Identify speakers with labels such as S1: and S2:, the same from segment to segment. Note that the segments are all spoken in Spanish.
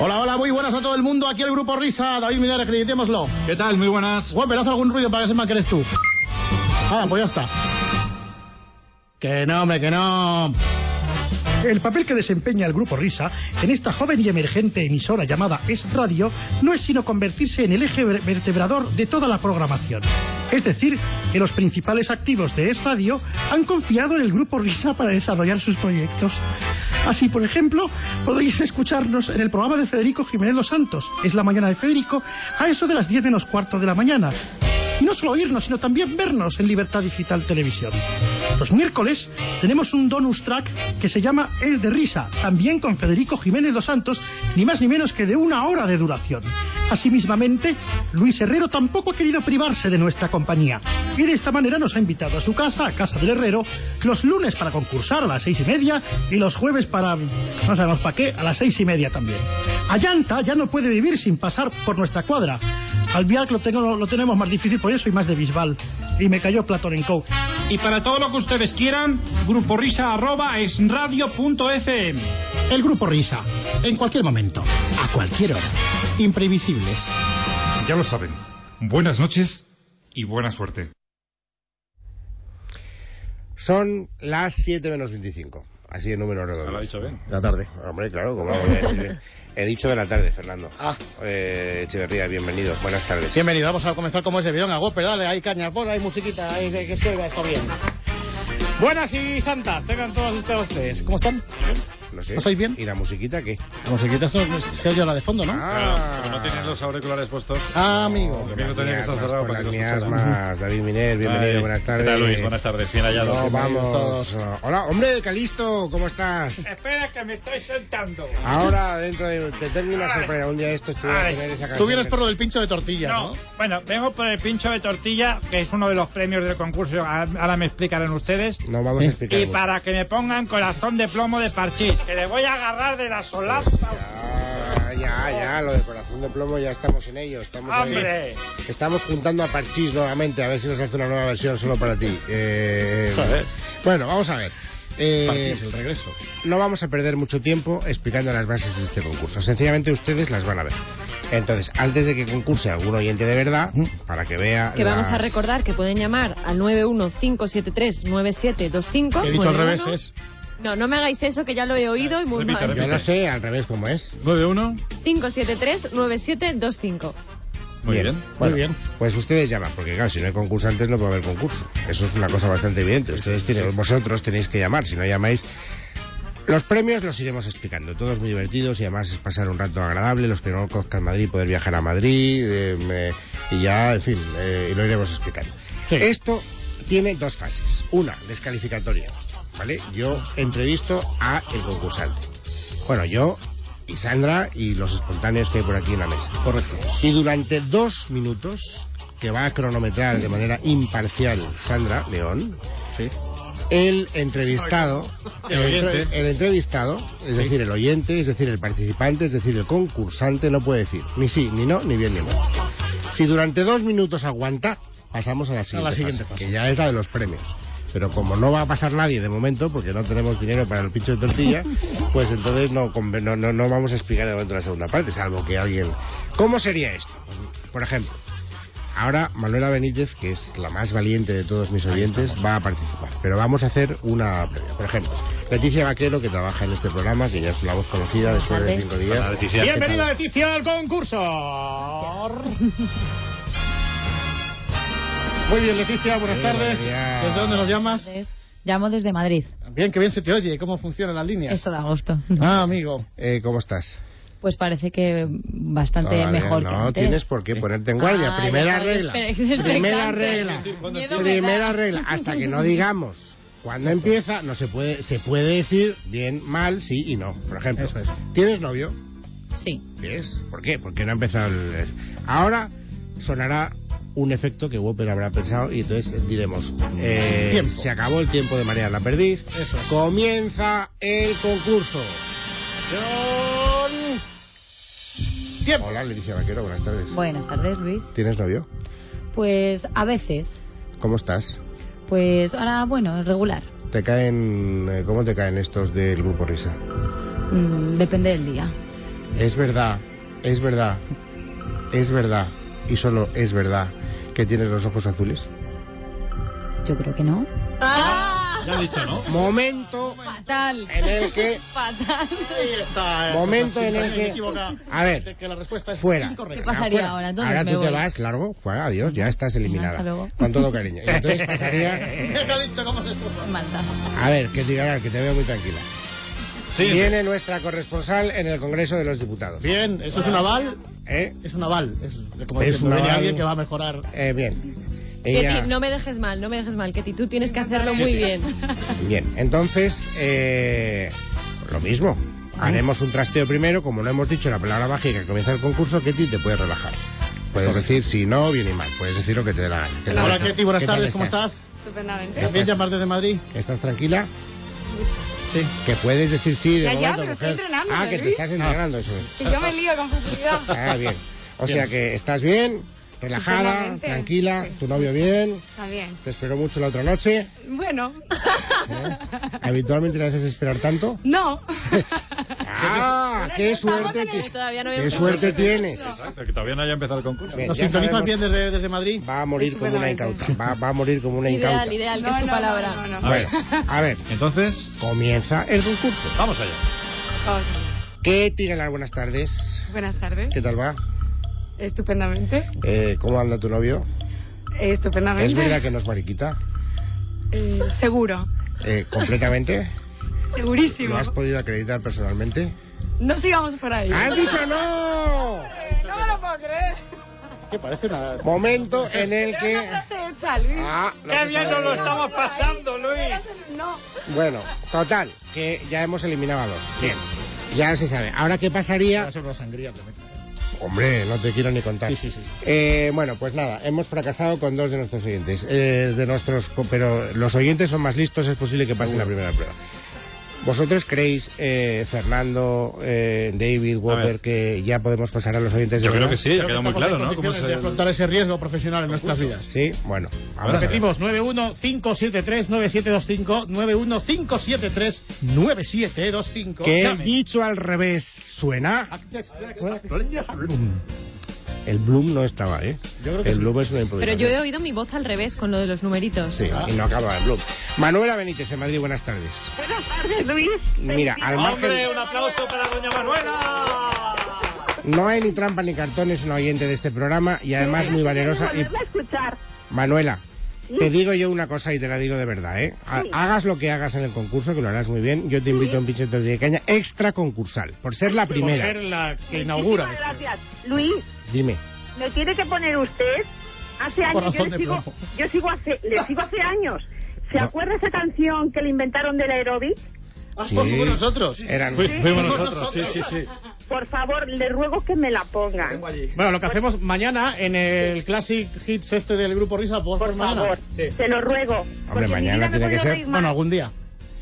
S1: Hola, hola, muy buenas a todo el mundo. Aquí el grupo Risa, David Miller, acreditémoslo.
S2: ¿Qué tal? Muy buenas.
S1: Juan, haz algún ruido para que sepan que eres tú. Ah, pues ya está. Que no, hombre, que no.
S3: El papel que desempeña el grupo Risa en esta joven y emergente emisora llamada Es Radio no es sino convertirse en el eje vertebrador de toda la programación. Es decir, que los principales activos de Es Radio han confiado en el grupo Risa para desarrollar sus proyectos. Así, por ejemplo, podéis escucharnos en el programa de Federico Jiménez Los Santos, Es la mañana de Federico, a eso de las 10 menos cuarto de la mañana. Y no solo oírnos, sino también vernos en Libertad Digital Televisión. Los miércoles tenemos un bonus track que se llama Es de Risa, también con Federico Jiménez Los Santos, ni más ni menos que de una hora de duración. Asimismamente, Luis Herrero tampoco ha querido privarse de nuestra compañía y de esta manera nos ha invitado a su casa, a casa del Herrero, los lunes para concursar a las seis y media y los jueves para, no sabemos para qué, a las seis y media también. Allanta ya no puede vivir sin pasar por nuestra cuadra. Al Viac lo, tengo, lo tenemos más difícil, por eso soy más de Bisbal. Y me cayó Platón en Co.
S4: Y para todo lo que ustedes quieran, gruporisa.esradio.fm.
S1: El grupo Risa, en cualquier momento, a cualquier hora. Imprevisibles.
S2: Ya lo saben. Buenas noches y buena suerte.
S5: Son las 7 menos 25. Así de número redondo.
S2: Lo ha dicho bien.
S1: La tarde.
S5: Hombre, claro, como eh. he dicho de la tarde, Fernando.
S1: Ah.
S5: Eh, Echeverría, bienvenido. Buenas tardes.
S1: Bienvenido, vamos a comenzar como es debido a Gope, dale, hay caña, pon, hay musiquita, hay que, que sirva esto bien. Buenas y santas, tengan todas ustedes ustedes. ¿Cómo están?
S5: No sé.
S1: ¿Os oís bien?
S5: ¿Y la musiquita qué? Ah.
S1: La musiquita se, se oye la de fondo, ¿no?
S2: Claro, porque Ah. no tienen los auriculares puestos.
S1: Ah, amigo.
S2: Porque no tenía que estar
S5: Miasmas,
S2: cerrado
S5: por
S2: para que
S5: las
S2: los escucharan.
S5: miasmas. David Miner, bienvenido,
S6: Ay,
S5: buenas tardes.
S6: ¿Qué tal, Luis? Buenas tardes, bien hallado.
S5: No,
S1: Bienvenidos
S5: vamos. Hola, hombre, Calisto, ¿cómo estás?
S4: Espera que me estoy sentando.
S5: Ahora, dentro de... Te tengo una sorpresa. Un día de estos te voy a
S4: Ay.
S5: poner esa canción.
S1: Tú vienes por lo del pincho de tortilla, ¿no?
S4: No, bueno, vengo por el pincho de tortilla, que es uno de los premios del concurso, ahora ahora me explicarán ustedes.
S5: No vamos a explicar.
S4: Y
S5: mucho.
S4: para que me pongan corazón de plomo de parchís, que le voy a agarrar de la solapa.
S5: Ya, Ah, ya, ya, lo de corazón de plomo ya estamos en ello. Estamos ahí.
S4: ¡Hombre!
S5: Estamos juntando a Parchís nuevamente, a ver si nos hace una nueva versión solo para ti. Eh,
S1: Joder.
S5: bueno, vamos a ver. Eh,
S1: Parchís, el regreso.
S5: no vamos a perder mucho tiempo explicando las bases de este concurso. Sencillamente ustedes las van a ver. Entonces, antes de que concurse algún oyente de verdad,
S1: ¿Mm?
S5: para que vea...
S7: Que vamos
S5: las-
S7: a recordar que pueden llamar al 915739725.
S1: He dicho al
S7: 91.
S1: revés, es.
S7: No, no me hagáis eso que ya lo he oído y muy
S2: Repita,
S7: mal.
S2: repita.
S5: Yo no sé al revés cómo es.
S2: 9-1.
S7: 5739725.
S2: Muy bien.
S5: Bueno,
S1: bien.
S5: Pues ustedes llaman, porque claro, si no hay concursantes no puede haber concurso. Eso es una cosa bastante evidente. Ustedes tienen- vosotros tenéis que llamar, si no llamáis... Los premios los iremos explicando, todos muy divertidos y además es pasar un rato agradable, los que no conozcan Madrid poder viajar a Madrid eh, eh, y ya, en fin, eh, y lo iremos explicando.
S1: Sí.
S5: Esto tiene dos fases, una descalificatoria, ¿vale? Yo entrevisto a el concursante. Bueno, yo y Sandra y los espontáneos que hay por aquí en la mesa. Correcto. Y durante dos minutos, que va a cronometrar de manera imparcial Sandra León,
S1: Sí.
S5: el entrevistado,
S2: El oyente.
S5: el entrevistado, es decir, el oyente, es decir, el participante, es decir, el concursante, no puede decir ni sí, ni no, ni bien, ni mal. Si durante dos minutos aguanta, pasamos a la siguiente,
S1: siguiente fase.
S5: que ya es la de los premios. Pero como no va a pasar nadie de momento, porque no tenemos dinero para el pincho de tortilla, pues entonces no, conven- no, no, no vamos a explicar de momento la segunda parte, salvo que alguien... ¿Cómo sería esto? Por ejemplo, Ahora Manuela Benítez, que es la más valiente de todos mis oyentes, va a participar. Pero vamos a hacer una previa. Por ejemplo, Leticia Vaquero, que trabaja en este programa, que ya es la voz conocida después de
S7: Vale.
S5: cinco días.
S6: Hola, Leticia.
S1: Bienvenida, Leticia, al concurso. Muy bien, Leticia, buenas
S5: Sí,
S1: tardes.
S5: María.
S1: ¿Desde dónde nos llamas?
S8: Llamo desde Madrid.
S1: Bien, que bien se te oye, cómo funcionan las líneas.
S8: Esto da gusto.
S1: Ah, amigo.
S5: Eh, ¿Cómo estás?
S8: Pues parece que bastante
S5: No, vale,
S8: mejor que
S5: No,
S8: antes.
S5: tienes por qué ponerte en guardia.
S8: Ah,
S5: primera
S8: ya, vale,
S5: regla.
S8: espera, que se me
S5: Primera
S8: canta.
S5: regla.
S8: Miedo me
S5: Primera
S8: da.
S5: regla. Hasta que no digamos. Cuando empieza, no se puede, se puede decir bien, mal, sí y no. Por ejemplo,
S1: Eso es.
S5: ¿tienes novio?
S8: Sí.
S5: ¿Ves? ¿Por qué? Porque no ha empezado el... Ahora sonará un efecto que Whopper habrá pensado y entonces diremos... eh,
S1: Tiempo.
S5: Se acabó el tiempo de marear la perdiz.
S1: Eso es.
S5: Comienza el concurso.
S1: Tiempo.
S5: Hola, Leticia Vaquero, buenas tardes.
S8: Buenas tardes, Luis.
S5: ¿Tienes novio?
S8: Pues a veces,
S5: ¿Cómo estás?
S8: pues ahora, bueno, es regular.
S5: ¿Te caen... eh, ¿Cómo te caen estos del Grupo Risa?
S8: Mm, depende del día.
S5: Es verdad, es verdad, es verdad, y solo es verdad que tienes los ojos azules.
S8: Yo creo que no.
S7: Ah.
S1: Ya he dicho, ¿no?
S5: Momento
S7: Fatal.
S5: en el que
S7: Fatal.
S1: Ahí está.
S5: Momento en el que-
S1: equivoca.
S5: A ver.
S1: De que la respuesta es
S5: Fuera.
S8: ¿Qué
S1: incorrecta.
S8: pasaría
S5: fuera.
S8: ahora? Entonces
S5: ahora
S8: me
S5: tú te
S8: voy.
S5: vas largo, fuera, adiós, ya estás
S8: Hasta
S5: eliminada.
S8: luego.
S5: Con todo cariño. Y entonces pasaría.
S1: Ya he dicho cómo se supo.
S8: Malta.
S5: A ver, que te, que te veo muy tranquila.
S1: Sí.
S5: Viene nuestra corresponsal en el Congreso de los Diputados.
S1: Bien, eso es un aval.
S5: ¿Eh?
S1: Es un aval. Es como
S5: Es
S1: diciendo,
S5: un
S1: viene
S5: aval.
S1: alguien que va a mejorar.
S5: Eh, bien.
S7: Ketty, no me dejes mal, no me dejes mal, Ketty. Tú tienes que hacerlo muy bien.
S5: Bien, entonces, eh, lo mismo. Haremos un trasteo primero, como no hemos dicho la palabra mágica que comienza el concurso, Ketty, te puedes relajar. Puedes decir si no, bien y mal. Puedes decir lo que te dé la gana. ¿Qué tal
S1: Hola,
S5: estás?
S1: Ketty, buenas
S5: ¿Qué tal
S1: tardes, ¿cómo estás?
S6: Estupendamente.
S1: ¿También llamas desde Madrid?
S5: ¿Estás tranquila?
S1: Sí.
S5: Que puedes decir sí de
S6: Ya, ya,
S5: momento,
S6: pero estoy
S5: mujer.
S6: entrenando,
S5: Ah, que te
S6: Luis.
S5: estás entrenando, eso es.
S6: Que yo me lío con facilidad.
S5: Ah, bien. O
S1: Bien.
S5: sea que estás bien, relajada,
S6: Estupendamente.
S5: tranquila,
S6: Sí.
S5: tu novio bien,
S6: También.
S5: te esperó mucho la otra noche.
S6: Bueno.
S5: ¿eh? ¿Habitualmente le haces esperar tanto?
S6: No.
S5: ¡Ah!
S6: Bueno,
S5: ¡Qué
S6: no, estamos
S5: suerte!
S6: en el-
S5: ti-
S7: Todavía no
S5: ¡Qué
S7: habíamos
S5: suerte tienes!
S2: Exacto, que todavía no haya empezado el concurso.
S5: Bien,
S1: ¿Nos
S5: Eh, ya
S1: sintonizas
S5: sabemos-
S1: bien desde, desde Madrid?
S5: Va a morir como una incauta. Va, va a morir como una incauta.
S7: Ideal, ideal, que
S6: No,
S7: es tu
S6: no,
S7: palabra.
S6: no, no, no.
S5: Bueno, a ver,
S2: Entonces,
S5: comienza el concurso.
S2: vamos allá.
S6: Vamos allá.
S5: ¿Qué tiene buenas tardes?
S6: Buenas tardes.
S5: ¿Qué tal va?
S6: Estupendamente.
S5: Eh, ¿Cómo anda tu novio?
S6: Eh, Estupendamente.
S5: ¿Es verdad que no es mariquita?
S6: Eh, seguro.
S5: Eh, ¿Completamente? ¿Lo
S6: Segurísimo.
S5: has podido acreditar personalmente?
S6: No sigamos por ahí.
S5: ¡Has dicho no!
S6: No me lo puedo creer.
S1: Que parece una...
S5: Momento en el
S6: Era
S5: que...
S6: una frase hecha, Luis.
S5: Ah, lo
S4: ¡Qué
S5: que
S4: bien
S5: se
S4: nos lo
S5: me-
S4: estamos pasando, Luis!
S6: No.
S5: Bueno, total, que ya hemos eliminado a dos. Bien, ya se sabe. Ahora, ¿qué
S1: Va
S5: pasaría?
S1: a ser una sangría. te meto.
S5: Hombre, no te quiero ni contar.
S1: Sí, sí, sí.
S5: Eh, bueno, pues nada, hemos fracasado con dos de nuestros oyentes. Eh, de nuestros, co- pero los oyentes son más listos, es posible que pasen la primera prueba. ¿Vosotros creéis, eh, Fernando, eh, David, Walker,
S2: ver.
S5: que ya podemos pasar a los oyentes de
S2: Yo creo
S5: verdad?
S2: que sí, ya
S1: Creo que
S2: queda muy
S1: estamos
S2: claro,
S1: en
S2: ¿no?
S1: condiciones de afrontar ese riesgo profesional en nuestras vidas.
S5: Sí, bueno. ahora
S1: Repetimos, 915739725, 915739725.
S5: Que
S1: Llame.
S5: dicho al revés suena.
S1: Yo
S5: El Bloom no estaba, ¿eh?
S1: Yo creo que
S5: el
S1: sí.
S5: Bloom es una
S7: Pero
S5: improvisación.
S7: yo he oído mi voz al revés con lo de los numeritos.
S5: Sí,
S1: Ah.
S5: y no acaba el Bloom. Manuela Benítez, de Madrid, buenas tardes.
S6: Buenas tardes, Luis.
S5: Mira, al margen
S4: ¡Hombre, un aplauso para doña Manuela!
S5: no hay ni trampa ni cartón, es una oyente de este programa y además muy valerosa. Y...
S6: escuchar.
S5: Manuela, te digo yo una cosa y te la digo de verdad, ¿eh? Ha- Hagas lo que hagas en el concurso, que lo harás muy bien, yo te invito a un pinche tortilla de caña extra concursal, por ser la
S1: Por
S5: primera.
S1: ser la que inaugura. esto.
S9: Luis,
S5: Dime.
S9: ¿me tiene que poner usted? Hace años, yo
S1: Corazón
S9: le
S1: de
S9: sigo,
S1: plomo.
S9: yo sigo hace, le sigo hace años. ¿Se
S5: No.
S9: acuerda esa canción que le inventaron del aeróbic?
S1: Ah,
S5: Sí.
S1: somos nosotros.
S5: Eran...
S2: fuimos nosotros, sí, sí, sí.
S9: Por favor, le ruego que me la ponga.
S1: Bueno, lo que hacemos mañana en el Classic Hits este del grupo Risa, por,
S9: Por
S1: mañana.
S9: favor, se lo ruego. porque en mi
S5: mañana
S9: vida me
S5: tiene
S9: he
S5: que
S9: podido
S5: ser-
S9: reír más.
S1: Bueno, algún día.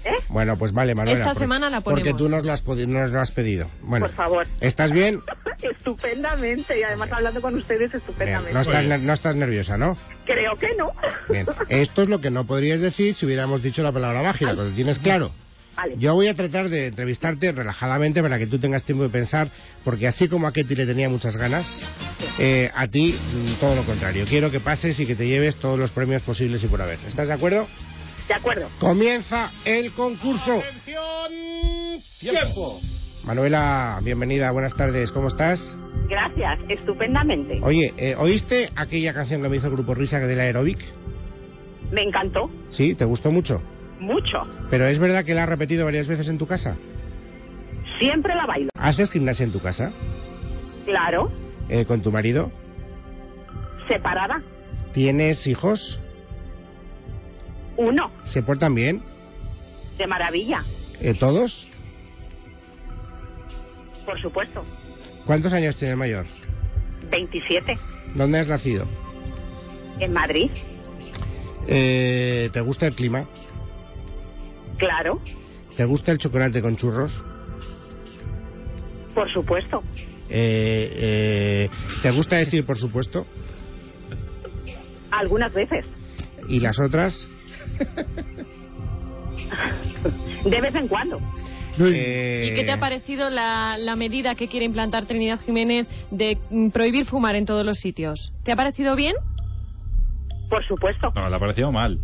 S9: ¿Eh?
S5: Bueno, pues vale, Manuela.
S7: Esta
S5: porque-
S7: semana la
S5: Porque
S7: ponemos.
S5: tú nos lo has, podi- nos lo has pedido. Bueno,
S9: Por favor.
S5: ¿estás bien?
S9: Estupendamente, y además hablando con ustedes
S5: Bien,
S9: estupendamente.
S5: No estás, ner- no estás nerviosa, ¿no?
S9: Creo que no.
S5: Bien. Esto es lo que no podrías decir si hubiéramos dicho la palabra mágica, que lo tienes claro.
S9: Vale.
S5: Yo voy a tratar de entrevistarte relajadamente para que tú tengas tiempo de pensar, porque así como a Ketty le tenía muchas ganas, eh, a ti mm, todo lo contrario. Quiero que pases y que te lleves todos los premios posibles y por haber. ¿Estás de acuerdo?
S9: De acuerdo.
S5: Comienza el concurso.
S1: ¡Atención! ¡Tiempo!
S5: Manuela, bienvenida, buenas tardes, ¿cómo estás?
S9: Gracias, estupendamente.
S5: Oye, eh, ¿oíste aquella canción que me hizo el grupo Risa que del aeróbic?
S9: Me encantó
S5: Sí, te gustó mucho.
S9: mucho.
S5: Pero es verdad que la has repetido varias veces en tu casa.
S9: Siempre la bailo.
S5: ¿Haces gimnasia en tu casa?
S9: Claro,
S5: Eh, ¿Con tu marido?
S9: separada.
S5: ¿Tienes hijos?
S9: Uno,
S5: ¿Se portan bien?
S9: de maravilla,
S5: Eh, ¿Todos?
S9: por supuesto.
S5: ¿Cuántos años tiene el mayor?
S9: 27,
S5: ¿Dónde has nacido?
S9: en Madrid.
S5: Eh, ¿Te gusta el clima?
S9: Claro,
S5: ¿Te gusta el chocolate con churros?
S9: por supuesto.
S5: Eh, eh, ¿Te gusta decir por supuesto?
S9: Algunas veces.
S5: ¿Y las otras?
S9: De vez en cuando.
S7: ¿Y qué te ha
S5: parecido?
S7: parecido la, la medida que quiere implantar Trinidad Jiménez de mm, prohibir fumar en todos los sitios? ¿Te ha parecido bien?
S9: Por supuesto.
S10: No, le ha parecido mal.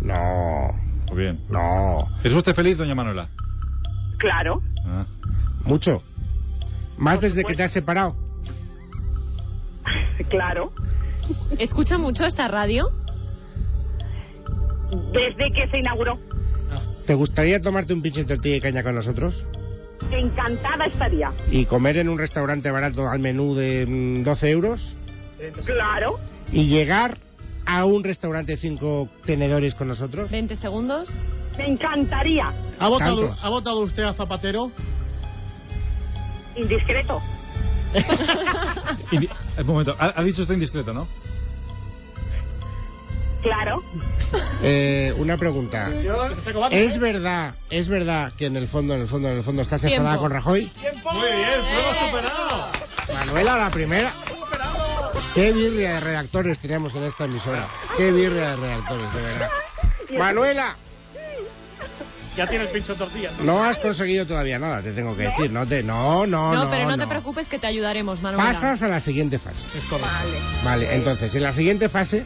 S5: No,
S10: Muy bien.
S5: no.
S10: ¿Es usted feliz, doña Manuela?
S9: Claro.
S10: Ah.
S5: Mucho. Más
S9: Por
S5: desde que
S9: supuesto.
S5: te has separado.
S9: Claro.
S7: ¿Escucha mucho esta radio?
S9: Desde que se inauguró.
S5: ¿Te gustaría tomarte un pinche tortilla y caña con nosotros?
S9: Encantada estaría.
S5: ¿Y comer en un restaurante barato al menú de mm, 12 euros?
S9: Claro.
S5: ¿Y llegar a un restaurante de 5 tenedores con nosotros?
S7: 20 segundos.
S9: Me encantaría.
S1: ¿Ha votado,
S5: Santo.
S1: ¿Ha votado usted a Zapatero?
S9: Indiscreto.
S10: Indi- Un momento, ha, ha dicho usted indiscreto, ¿no?
S9: Claro.
S5: Eh, una pregunta. ¿Es verdad, es verdad que en el fondo, en el fondo, en el fondo estás
S7: Tiempo.
S5: enfadada con Rajoy?
S1: Muy bien, fuego superado.
S5: Manuela, la primera. Qué birria de redactores tenemos en esta emisora. Qué birria de redactores, de verdad. Manuela,
S1: Ya tiene el pincho de tortilla.
S5: no has conseguido todavía nada, te tengo que decir. No te, no, no, no.
S7: no, pero no, te preocupes que te ayudaremos, Manuela.
S5: Pasas a la siguiente fase.
S1: Es correcto.
S5: Vale, entonces, en la siguiente fase,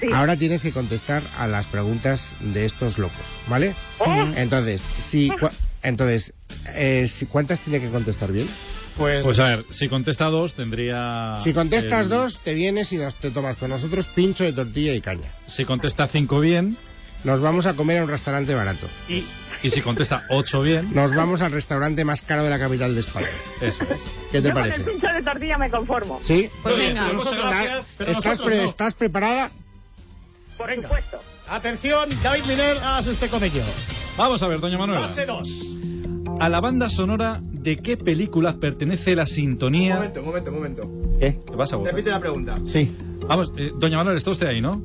S9: Sí.
S5: ahora tienes que contestar a las preguntas de estos locos, ¿vale?
S9: Oh.
S5: Entonces, si, cua- entonces eh, si- ¿cuántas tiene que contestar bien?
S1: Pues,
S10: Pues a ver, si contesta dos, tendría.
S1: Ah,
S5: Si contestas
S10: el-
S5: dos, te vienes y nos, te tomas con nosotros pincho de tortilla y caña.
S10: Si contesta cinco bien.
S5: Nos vamos a comer a un restaurante barato.
S10: Y, y si contesta ocho bien.
S5: Nos vamos al restaurante más caro de la capital de España.
S10: Eso es.
S5: ¿Qué te
S9: Yo con el
S5: parece?
S9: pincho de tortilla me conformo.
S5: ¿Sí?
S7: Pues
S1: Muy bien,
S7: venga.
S1: pues nosotros
S5: ¿Estás-
S1: gracias, pero
S5: ¿Estás,
S1: nosotros
S5: pre-
S1: no.
S5: estás preparada?
S9: Por supuesto.
S1: Atención, David Miner, hace usted con ello.
S10: Vamos a ver, doña Manuela.
S1: Fase 2.
S10: A la banda sonora de qué película pertenece la sintonía.
S5: momento, momento. ¿Qué?
S10: ¿Qué pasa, vos?
S5: la pregunta. Sí.
S10: Vamos, eh, doña Manuela, está usted ahí, ¿no?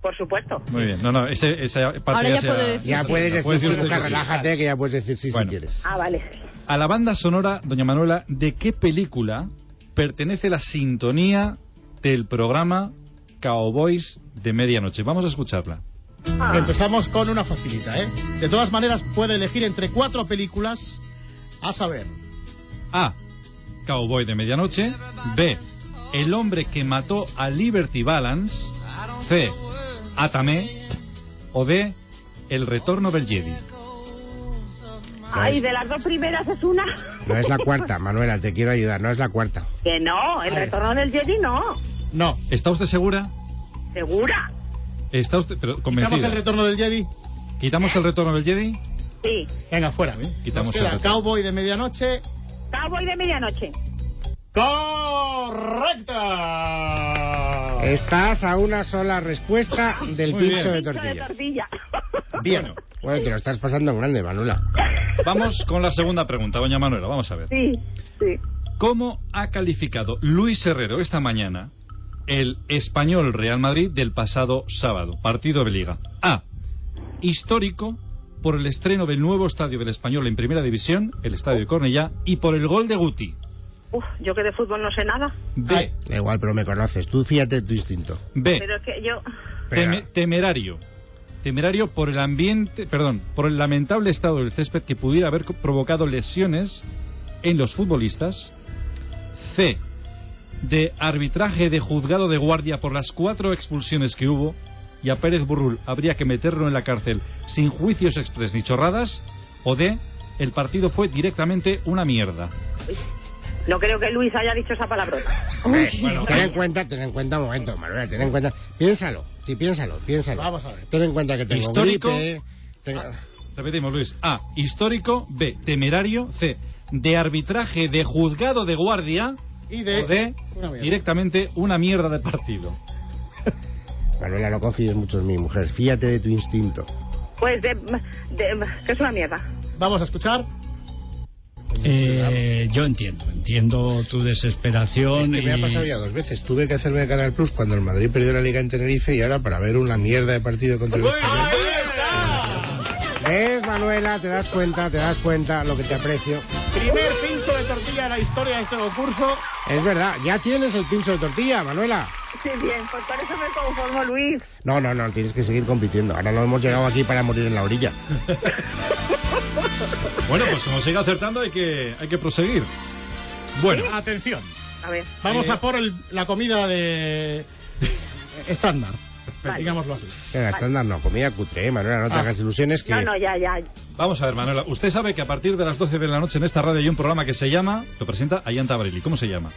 S9: Por supuesto.
S10: Muy bien. No, no, ese- esa parte
S7: Ahora ya
S10: se
S7: puedo
S10: ha-
S7: decir
S5: Ya
S7: Sí,
S5: puedes
S10: Ya puede
S5: decir,
S10: usted
S5: Zucca,
S10: que sí.
S5: relájate, que ya puedes decir sí
S10: Bueno.
S5: si quieres.
S9: Ah, vale.
S10: A la banda sonora, doña Manuela, ¿de qué película pertenece la sintonía del programa Cowboys de Medianoche? Vamos a escucharla.
S9: Ah,
S1: Empezamos con una facilita, ¿eh? De todas maneras, puede elegir entre cuatro películas, a saber,
S10: A. Cowboy de Medianoche. B. El hombre que mató a Liberty Balance. C. Atame. O D. El retorno del Jedi.
S9: Ay, de las dos primeras es una.
S5: No es la cuarta, Manuela, te quiero ayudar, no es la cuarta.
S9: Que no, el
S1: A ver.
S9: retorno del Jedi no.
S1: no.
S10: ¿Está usted segura?
S9: Segura.
S10: ¿Está usted pero
S1: ¿Quitamos
S10: convencida?
S1: el retorno del Jedi?
S10: ¿Quitamos el retorno del Jedi?
S9: Sí.
S1: Venga, fuera.
S10: Quitamos
S1: Nos
S10: el
S1: queda
S10: retorno.
S1: Cowboy de Medianoche.
S9: Cowboy de medianoche.
S1: ¡Correcta!
S5: Estás a una sola respuesta del
S10: Muy
S5: pincho
S10: bien.
S5: de
S9: Pincho
S5: tortilla.
S9: tortilla.
S10: Bien.
S5: Bueno, te lo estás pasando grande, Manuela.
S10: Vamos con la segunda pregunta, doña Manuela. Vamos a ver.
S9: sí, sí.
S10: ¿Cómo ha calificado Luis Herrero esta mañana el español Real Madrid del pasado sábado, partido de liga? A. Histórico por el estreno del nuevo estadio del español en primera división, el estadio de Cornellá, y por el gol de Guti.
S9: Uf, yo que de fútbol no sé nada.
S10: B.
S1: Ay.
S5: Da igual, pero me conoces. Tú fíjate de tu instinto.
S10: B.
S9: Pero es que yo.
S1: Pues
S10: Teme-
S5: Espera.
S10: temerario. Temerario por el ambiente, perdón, por el lamentable estado del césped que pudiera haber co- provocado lesiones en los futbolistas. C. De arbitraje de juzgado de guardia por las cuatro expulsiones que hubo y a Pérez Burrul habría que meterlo en la cárcel sin juicios express ni chorradas. O D. El partido fue directamente una mierda.
S9: No creo que Luis haya dicho esa palabrota.
S5: Hombre,
S1: Eh,
S5: ten en cuenta, ten en cuenta un momento, Manuela, ten en cuenta. Piénsalo, sí, piénsalo, piénsalo.
S1: Vamos a ver.
S5: Ten en cuenta que tengo
S10: Histórico.
S5: gripe, tengo-
S10: Repetimos, Luis. A. Histórico. B. Temerario. C. De arbitraje de juzgado de guardia.
S1: Y de...
S10: o de
S1: Una mierda.
S10: directamente una mierda de partido.
S5: Manuela, no confíes mucho en mi mujer. Fíjate de tu instinto.
S9: Pues de. de que es una mierda.
S1: Vamos a escuchar.
S4: Eh, yo entiendo, entiendo tu desesperación.
S5: Es que me ha
S4: y-
S5: pasado ya dos veces. Tuve que hacerme el Canal Plus cuando el Madrid perdió la Liga en Tenerife y ahora para ver una mierda de partido contra el Español. ¿Ves, Manuela? Te das cuenta, te das cuenta lo que te aprecio.
S1: Primer pincho de tortilla de la historia de este concurso.
S5: Es verdad, ya tienes el pincho de tortilla, Manuela.
S9: Sí, bien, pues por eso me conformo, Luis.
S5: No, no, no, tienes que seguir compitiendo. Ahora no hemos llegado aquí para morir en la orilla.
S10: Bueno, pues como siga acertando hay que, hay que proseguir. Bueno,
S1: Atención.
S9: A ver.
S1: Vamos
S10: Eh,
S1: a por el- la comida de estándar, digámoslo así.
S5: Era estándar, no, comida cutre, ¿eh, Manuela, no te
S1: Ah.
S5: hagas ilusiones que...
S9: No, no, ya, ya.
S10: vamos a ver, Manuela. Usted sabe que a partir de las 12 de la noche en esta radio hay un programa que se llama, lo presenta Ayanta Abrili. ¿Cómo se llama?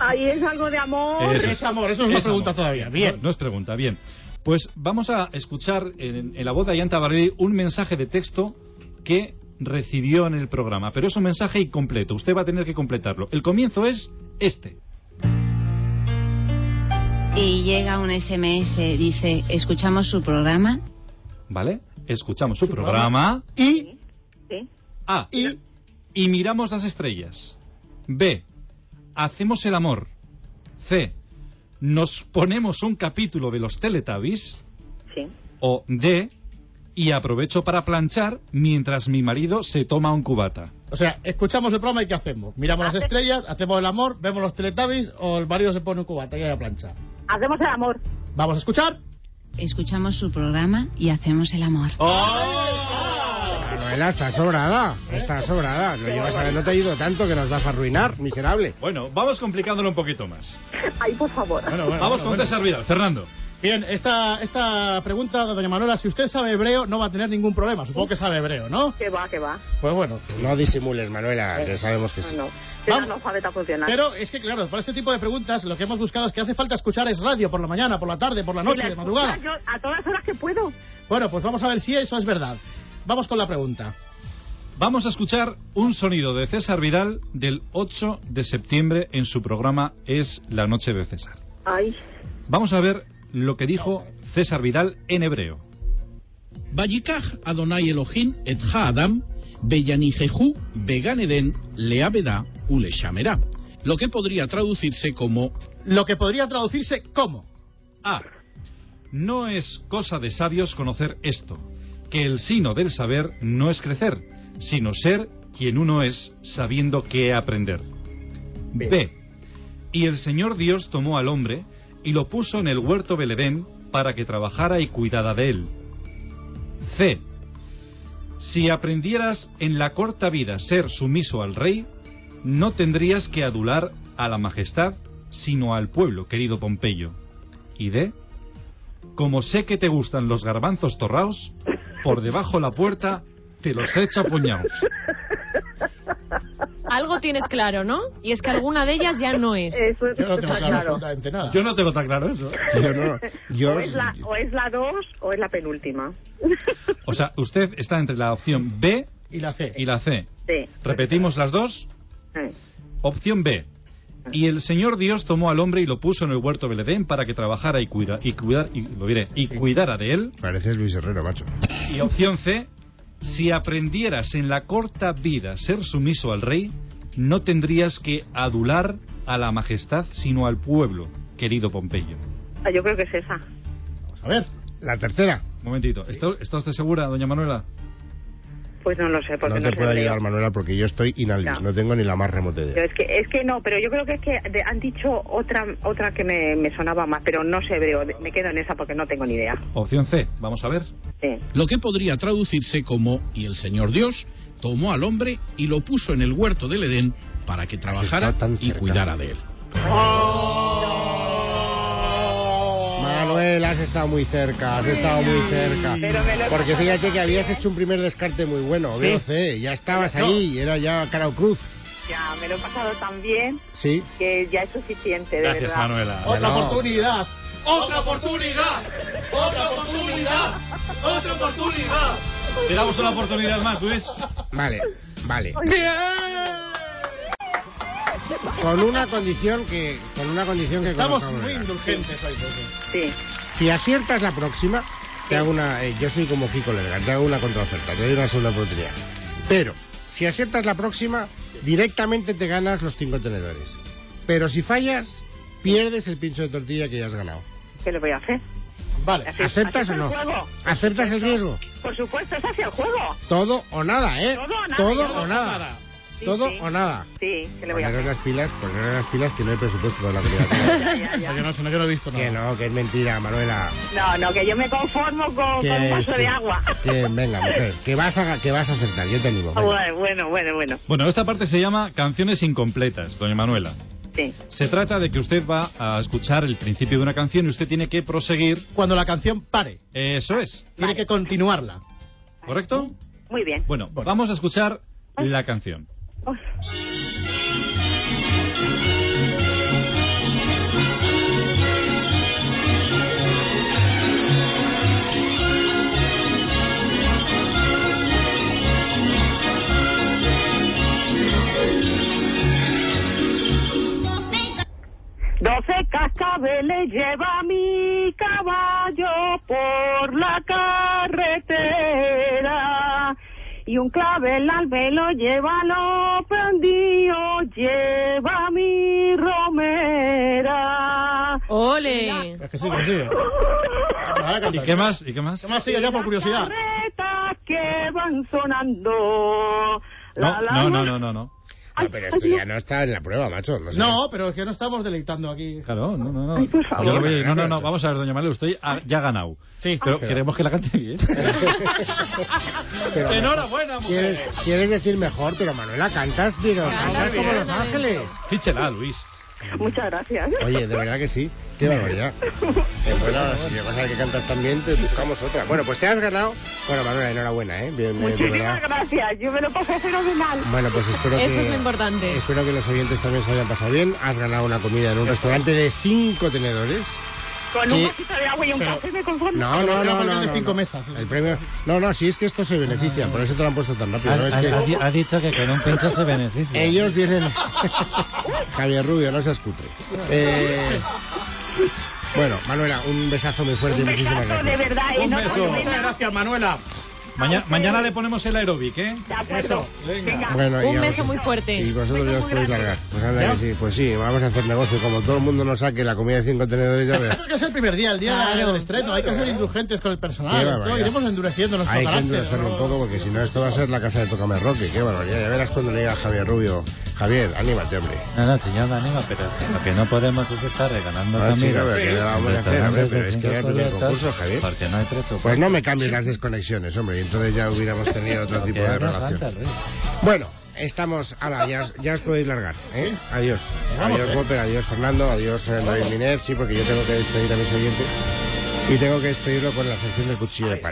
S9: Ahí es algo de amor.
S10: Eso.
S1: Es amor, eso no es una
S10: Es
S1: pregunta
S10: amor.
S1: todavía. Bien.
S10: No, no es pregunta, bien. Pues vamos a escuchar en, en la voz de Ayanta Bardi un mensaje de texto que recibió en el programa, pero es un mensaje incompleto, usted va a tener que completarlo. El comienzo es este.
S8: Y llega un SMS, dice, escuchamos su programa.
S10: ¿Vale? Escuchamos su programa.
S1: Y
S9: Sí.
S10: A. Y... miramos las estrellas. B. Hacemos el amor. C. Nos ponemos un capítulo de los Teletubbies.
S9: Sí.
S10: O D. Y aprovecho para planchar mientras mi marido se toma un cubata.
S1: O sea, escuchamos el programa y ¿qué hacemos? Miramos las estrellas, hacemos el amor, vemos los teletubbies o el marido se pone un cubata y a la plancha.
S9: Hacemos el amor.
S1: Vamos a escuchar.
S8: Escuchamos su programa y hacemos el amor.
S5: Manuela, está sobrada, está sobrada. Lo llevas a ver, no te ha ido tanto que nos vas a arruinar, miserable.
S10: Bueno, vamos complicándolo un poquito más.
S9: Ahí, por favor.
S1: Bueno, bueno,
S10: vamos
S1: bueno,
S10: con
S1: bueno.
S10: César Vidal. Fernando.
S1: Bien, esta, esta pregunta de doña Manuela, si usted sabe hebreo, no va a tener ningún problema. Supongo que sabe hebreo, ¿no?
S9: Que va, que va.
S1: Pues bueno.
S5: No disimules, Manuela, que sabemos que
S9: No,
S5: sí.
S9: no. Pero
S1: Vamos.
S9: no alfabeta funcional.
S1: Pero es que, claro, para este tipo de preguntas lo que hemos buscado es que hace falta escuchar es radio por la mañana, por la tarde, por la
S9: Y
S1: noche,
S9: la
S1: de madrugada.
S9: escucho yo a todas horas que puedo.
S1: Bueno, pues vamos a ver si eso es verdad. Vamos con la pregunta.
S10: Vamos a escuchar un sonido de César Vidal del 8 de septiembre en su programa Es la Noche de César.
S9: Ay.
S10: Vamos a ver lo que dijo César Vidal en hebreo.
S11: Vayikaj Adonai Elohim et Haadam Beyanijehu Beganeden Leabeda Uleshamera. Lo que podría traducirse como
S1: Lo que podría traducirse como.
S10: A. Ah, No es cosa de sabios conocer esto, que el sino del saber no es crecer, sino ser quien uno es sabiendo qué aprender. B. Y el Señor Dios tomó al hombre y lo puso en el huerto del Edén para que trabajara y cuidara de él. C. Si aprendieras en la corta vida ser sumiso al rey, no tendrías que adular a la majestad, sino al pueblo, querido Pompeyo. Y D. Como sé que te gustan los garbanzos torraos, por debajo la puerta te los echa puñados.
S7: Algo tienes claro, ¿no? Y es que alguna de ellas ya no es.
S9: Eso es
S1: Yo no tengo
S9: está
S1: claro, absolutamente nada.
S10: no tengo tan claro eso.
S5: Yo no, yo...
S9: O es, Pues la, o es la dos o es la penúltima.
S10: O sea, usted está entre la opción B
S1: Y la C.
S10: y la C.
S9: Sí.
S10: Repetimos las dos.
S9: Eh.
S10: Opción B. Y el Señor Dios tomó al hombre y lo puso en el huerto del Edén para que trabajara y cuida, y cuidar y lo diré, y cuidara de él.
S5: Pareces Luis Herrero, macho.
S10: Y opción C, si aprendieras en la corta vida a ser sumiso al rey, no tendrías que adular a la majestad, sino al pueblo, querido Pompeyo.
S9: Ah, Yo creo que es esa.
S1: Vamos a ver.
S5: La tercera.
S10: Un momentito, ¿está, está usted segura, doña Manuela?
S9: Pues no lo sé, porque
S5: no
S9: no,
S5: te
S9: sé
S5: puedo
S9: hebreo.
S5: ayudar, Manuela, porque yo estoy inalis,
S9: No.
S5: no tengo ni la más remota
S9: Pero
S5: idea.
S9: es que es que no, pero yo creo que es que de- han dicho otra otra que me, me sonaba más, pero no sé hebreo. De- Me quedo en esa porque no tengo ni idea.
S10: Opción C, vamos a ver.
S9: Sí.
S11: lo que podría traducirse como y el Señor Dios tomó al hombre y lo puso en el huerto del Edén para que trabajara
S5: está tan
S11: y
S5: cerca.
S11: cuidara de él.
S5: Manuela, has estado muy cerca, has estado muy cerca.
S9: Pero me lo-
S5: Porque fíjate que habías hecho un primer descarte muy bueno,
S1: Sí.
S5: veo C, ya estabas ahí, era ya cara o cruz.
S9: Ya me lo he pasado tan bien
S5: Sí,
S9: que ya es suficiente, de
S10: Gracias,
S9: verdad.
S10: Manuela.
S1: Otra
S5: no.
S1: oportunidad. Otra oportunidad. Otra oportunidad. Otra oportunidad.
S10: Te damos una oportunidad más, Luis.
S5: vale, vale. Con una condición que, con una condición que
S1: Estamos
S5: conozcamos
S1: muy
S5: la-
S1: indulgentes hoy. pues, sí.
S9: Sí.
S5: Si aciertas la próxima, te hago una. eh, yo soy como Kiko Lerga, te hago una contraoferta, te doy una segunda oportunidad. Pero, si aciertas la próxima, directamente te ganas los cinco tenedores. Pero si fallas, pierdes el pincho de tortilla que ya has ganado.
S9: ¿Qué le voy a hacer?
S1: Vale.
S5: ¿Aceptas o
S9: el
S5: no?
S9: juego?
S5: ¿Aceptas el riesgo?
S9: Por supuesto, es hacia el juego.
S5: Todo o nada, ¿eh?
S9: Todo o nada,
S5: Todo
S9: yo
S1: no
S5: o nada.
S1: nada.
S9: Sí,
S5: todo
S9: sí.
S5: o nada.
S9: Sí, que le voy a
S5: Poneros
S9: hacer.
S5: las pilas, poneros las pilas que no hay presupuesto para la comunidad.
S9: Ya, ya, ya.
S1: no, yo no he visto
S5: Que no, que es mentira, Manuela.
S9: No, no, que yo me conformo con,
S5: Que
S9: con un vaso
S5: sí.
S9: de agua.
S5: Que venga, mujer, que vas a, que vas a acertar, yo te animo. venga.
S9: Bueno, bueno, bueno, bueno.
S10: Bueno, esta parte se llama Canciones Incompletas, doña Manuela.
S9: Sí.
S10: Se trata de que usted va a escuchar el principio de una canción y usted tiene que proseguir.
S1: Cuando la canción pare.
S10: Eso es.
S1: Tiene que continuarla.
S10: ¿Correcto?
S9: Muy bien.
S10: Bueno, vamos a escuchar la canción.
S9: Doce cascabeles lleva mi caballo por la carretera. Y un clavel al velo lleva lo prendido, lleva mi romera.
S7: ¡Ole!
S1: Es que sí, que sí. Ahora
S10: ¿Y
S1: canta.
S10: qué más? ¿Y qué más?
S1: ¿Qué más sigue ya por curiosidad?
S9: Carretas que van sonando.
S10: No, no, no, no, no. no.
S5: No, Ah, pero esto ya no está en la prueba, macho. No, sé.
S1: No, pero es que no estamos deleitando aquí.
S10: Claro, no, no, no.
S9: Ay, por favor.
S10: Yo lo veo- no, no, no, vamos a ver, doña Manuela, usted ha- ya ha ganado.
S1: Sí,
S10: Pero queremos que la cante bien.
S5: Pero-
S1: Enhorabuena, mujer.
S5: ¿Quieres, quieres decir mejor, pero Manuela, cantas, pero
S7: Canta
S5: cantas como
S7: bien,
S5: Los
S7: Manuela.
S5: Ángeles.
S10: Píchela, Luis.
S9: Muchas gracias.
S5: Oye, de verdad que sí. Qué barbaridad. Eh, bueno, si te pasa que cantas también, te buscamos otra. Bueno, pues te has ganado. Bueno, Manuela, enhorabuena, ¿eh? Bien, bien, de
S9: Muchísimas
S5: verdad.
S9: gracias. Yo me lo pasé fenomenal.
S5: Bueno, pues espero que...
S7: Eso es lo importante.
S5: Espero que los oyentes también se hayan pasado bien. Has ganado una comida en un restaurante de cinco tenedores.
S9: Con un
S5: Y-
S9: vasito de agua y un
S1: pero-
S9: café me conformo.
S5: No,
S1: Pero
S5: no,
S1: era
S5: no,
S1: porque
S5: no,
S1: es de
S5: no,
S1: cinco
S5: no.
S1: mesas, Ah. sí.
S5: El premio... No, no, sí, es que esto se beneficia, por eso te lo han puesto tan rápido. ¿no? Es que
S4: dicho que con un pincho se beneficia.
S5: ellos vienen... Javier Rubio, no seas cutre. Eh, Bueno, Manuela, un besazo muy fuerte
S9: Un
S5: y muchísimas
S9: besazo, de
S5: gracias.
S9: verdad.
S10: Un
S9: enhorabuena.
S10: beso.
S1: Muchas gracias, Manuela.
S10: Maña- mañana le ponemos el aeróbic, ¿eh?
S9: De acuerdo.
S1: Eso,
S9: Venga.
S5: Bueno, y
S7: Un
S5: a
S7: beso
S5: vos-
S7: muy fuerte.
S5: Y vosotros ya os podéis largar. Pues anda
S1: ¿Ya?
S5: que sí, pues sí, vamos a hacer negocio. Como todo el mundo nos saque la comida de cinco tenedores, ya verás.
S1: Creo que es el primer día, el día
S7: Claro.
S1: del estreno. Hay que ser indulgentes con el personal.
S5: Qué
S1: Esto,
S5: barbaridad.
S1: iremos endureciendo nuestro
S5: Hay que
S1: carácter.
S5: endurecerlo
S1: ¿no?
S5: un poco porque si no esto va a ser la casa de Tócame Roque. Qué barbaridad. Ya verás cuando le diga a Javier Rubio. Javier, anímate, hombre.
S4: No, no, señor me anima, pero es que lo que no podemos es estar regalando
S5: Ah,
S4: amigos.
S5: chica, pero ¿qué le vamos a hacer? Hombre, pero es que ya no tiene
S4: el
S5: concurso, Javier.
S4: Porque no hay presupuesto.
S5: Pues no me cambies las desconexiones, hombre. y Entonces ya hubiéramos tenido otro
S4: Lo
S5: tipo
S4: que
S5: de
S4: haga falta,
S5: relación.
S4: Luis.
S5: Bueno, estamos. Ahora, ya, os- ya os podéis largar. ¿eh? Adiós.
S1: Vamos,
S5: adiós,
S1: eh.
S5: Whopper, adiós, Fernando, adiós, eh, David Miner. Sí, porque yo tengo que despedir a mis oyentes. Y tengo que despedirlo con la sección del cuchillo de palo.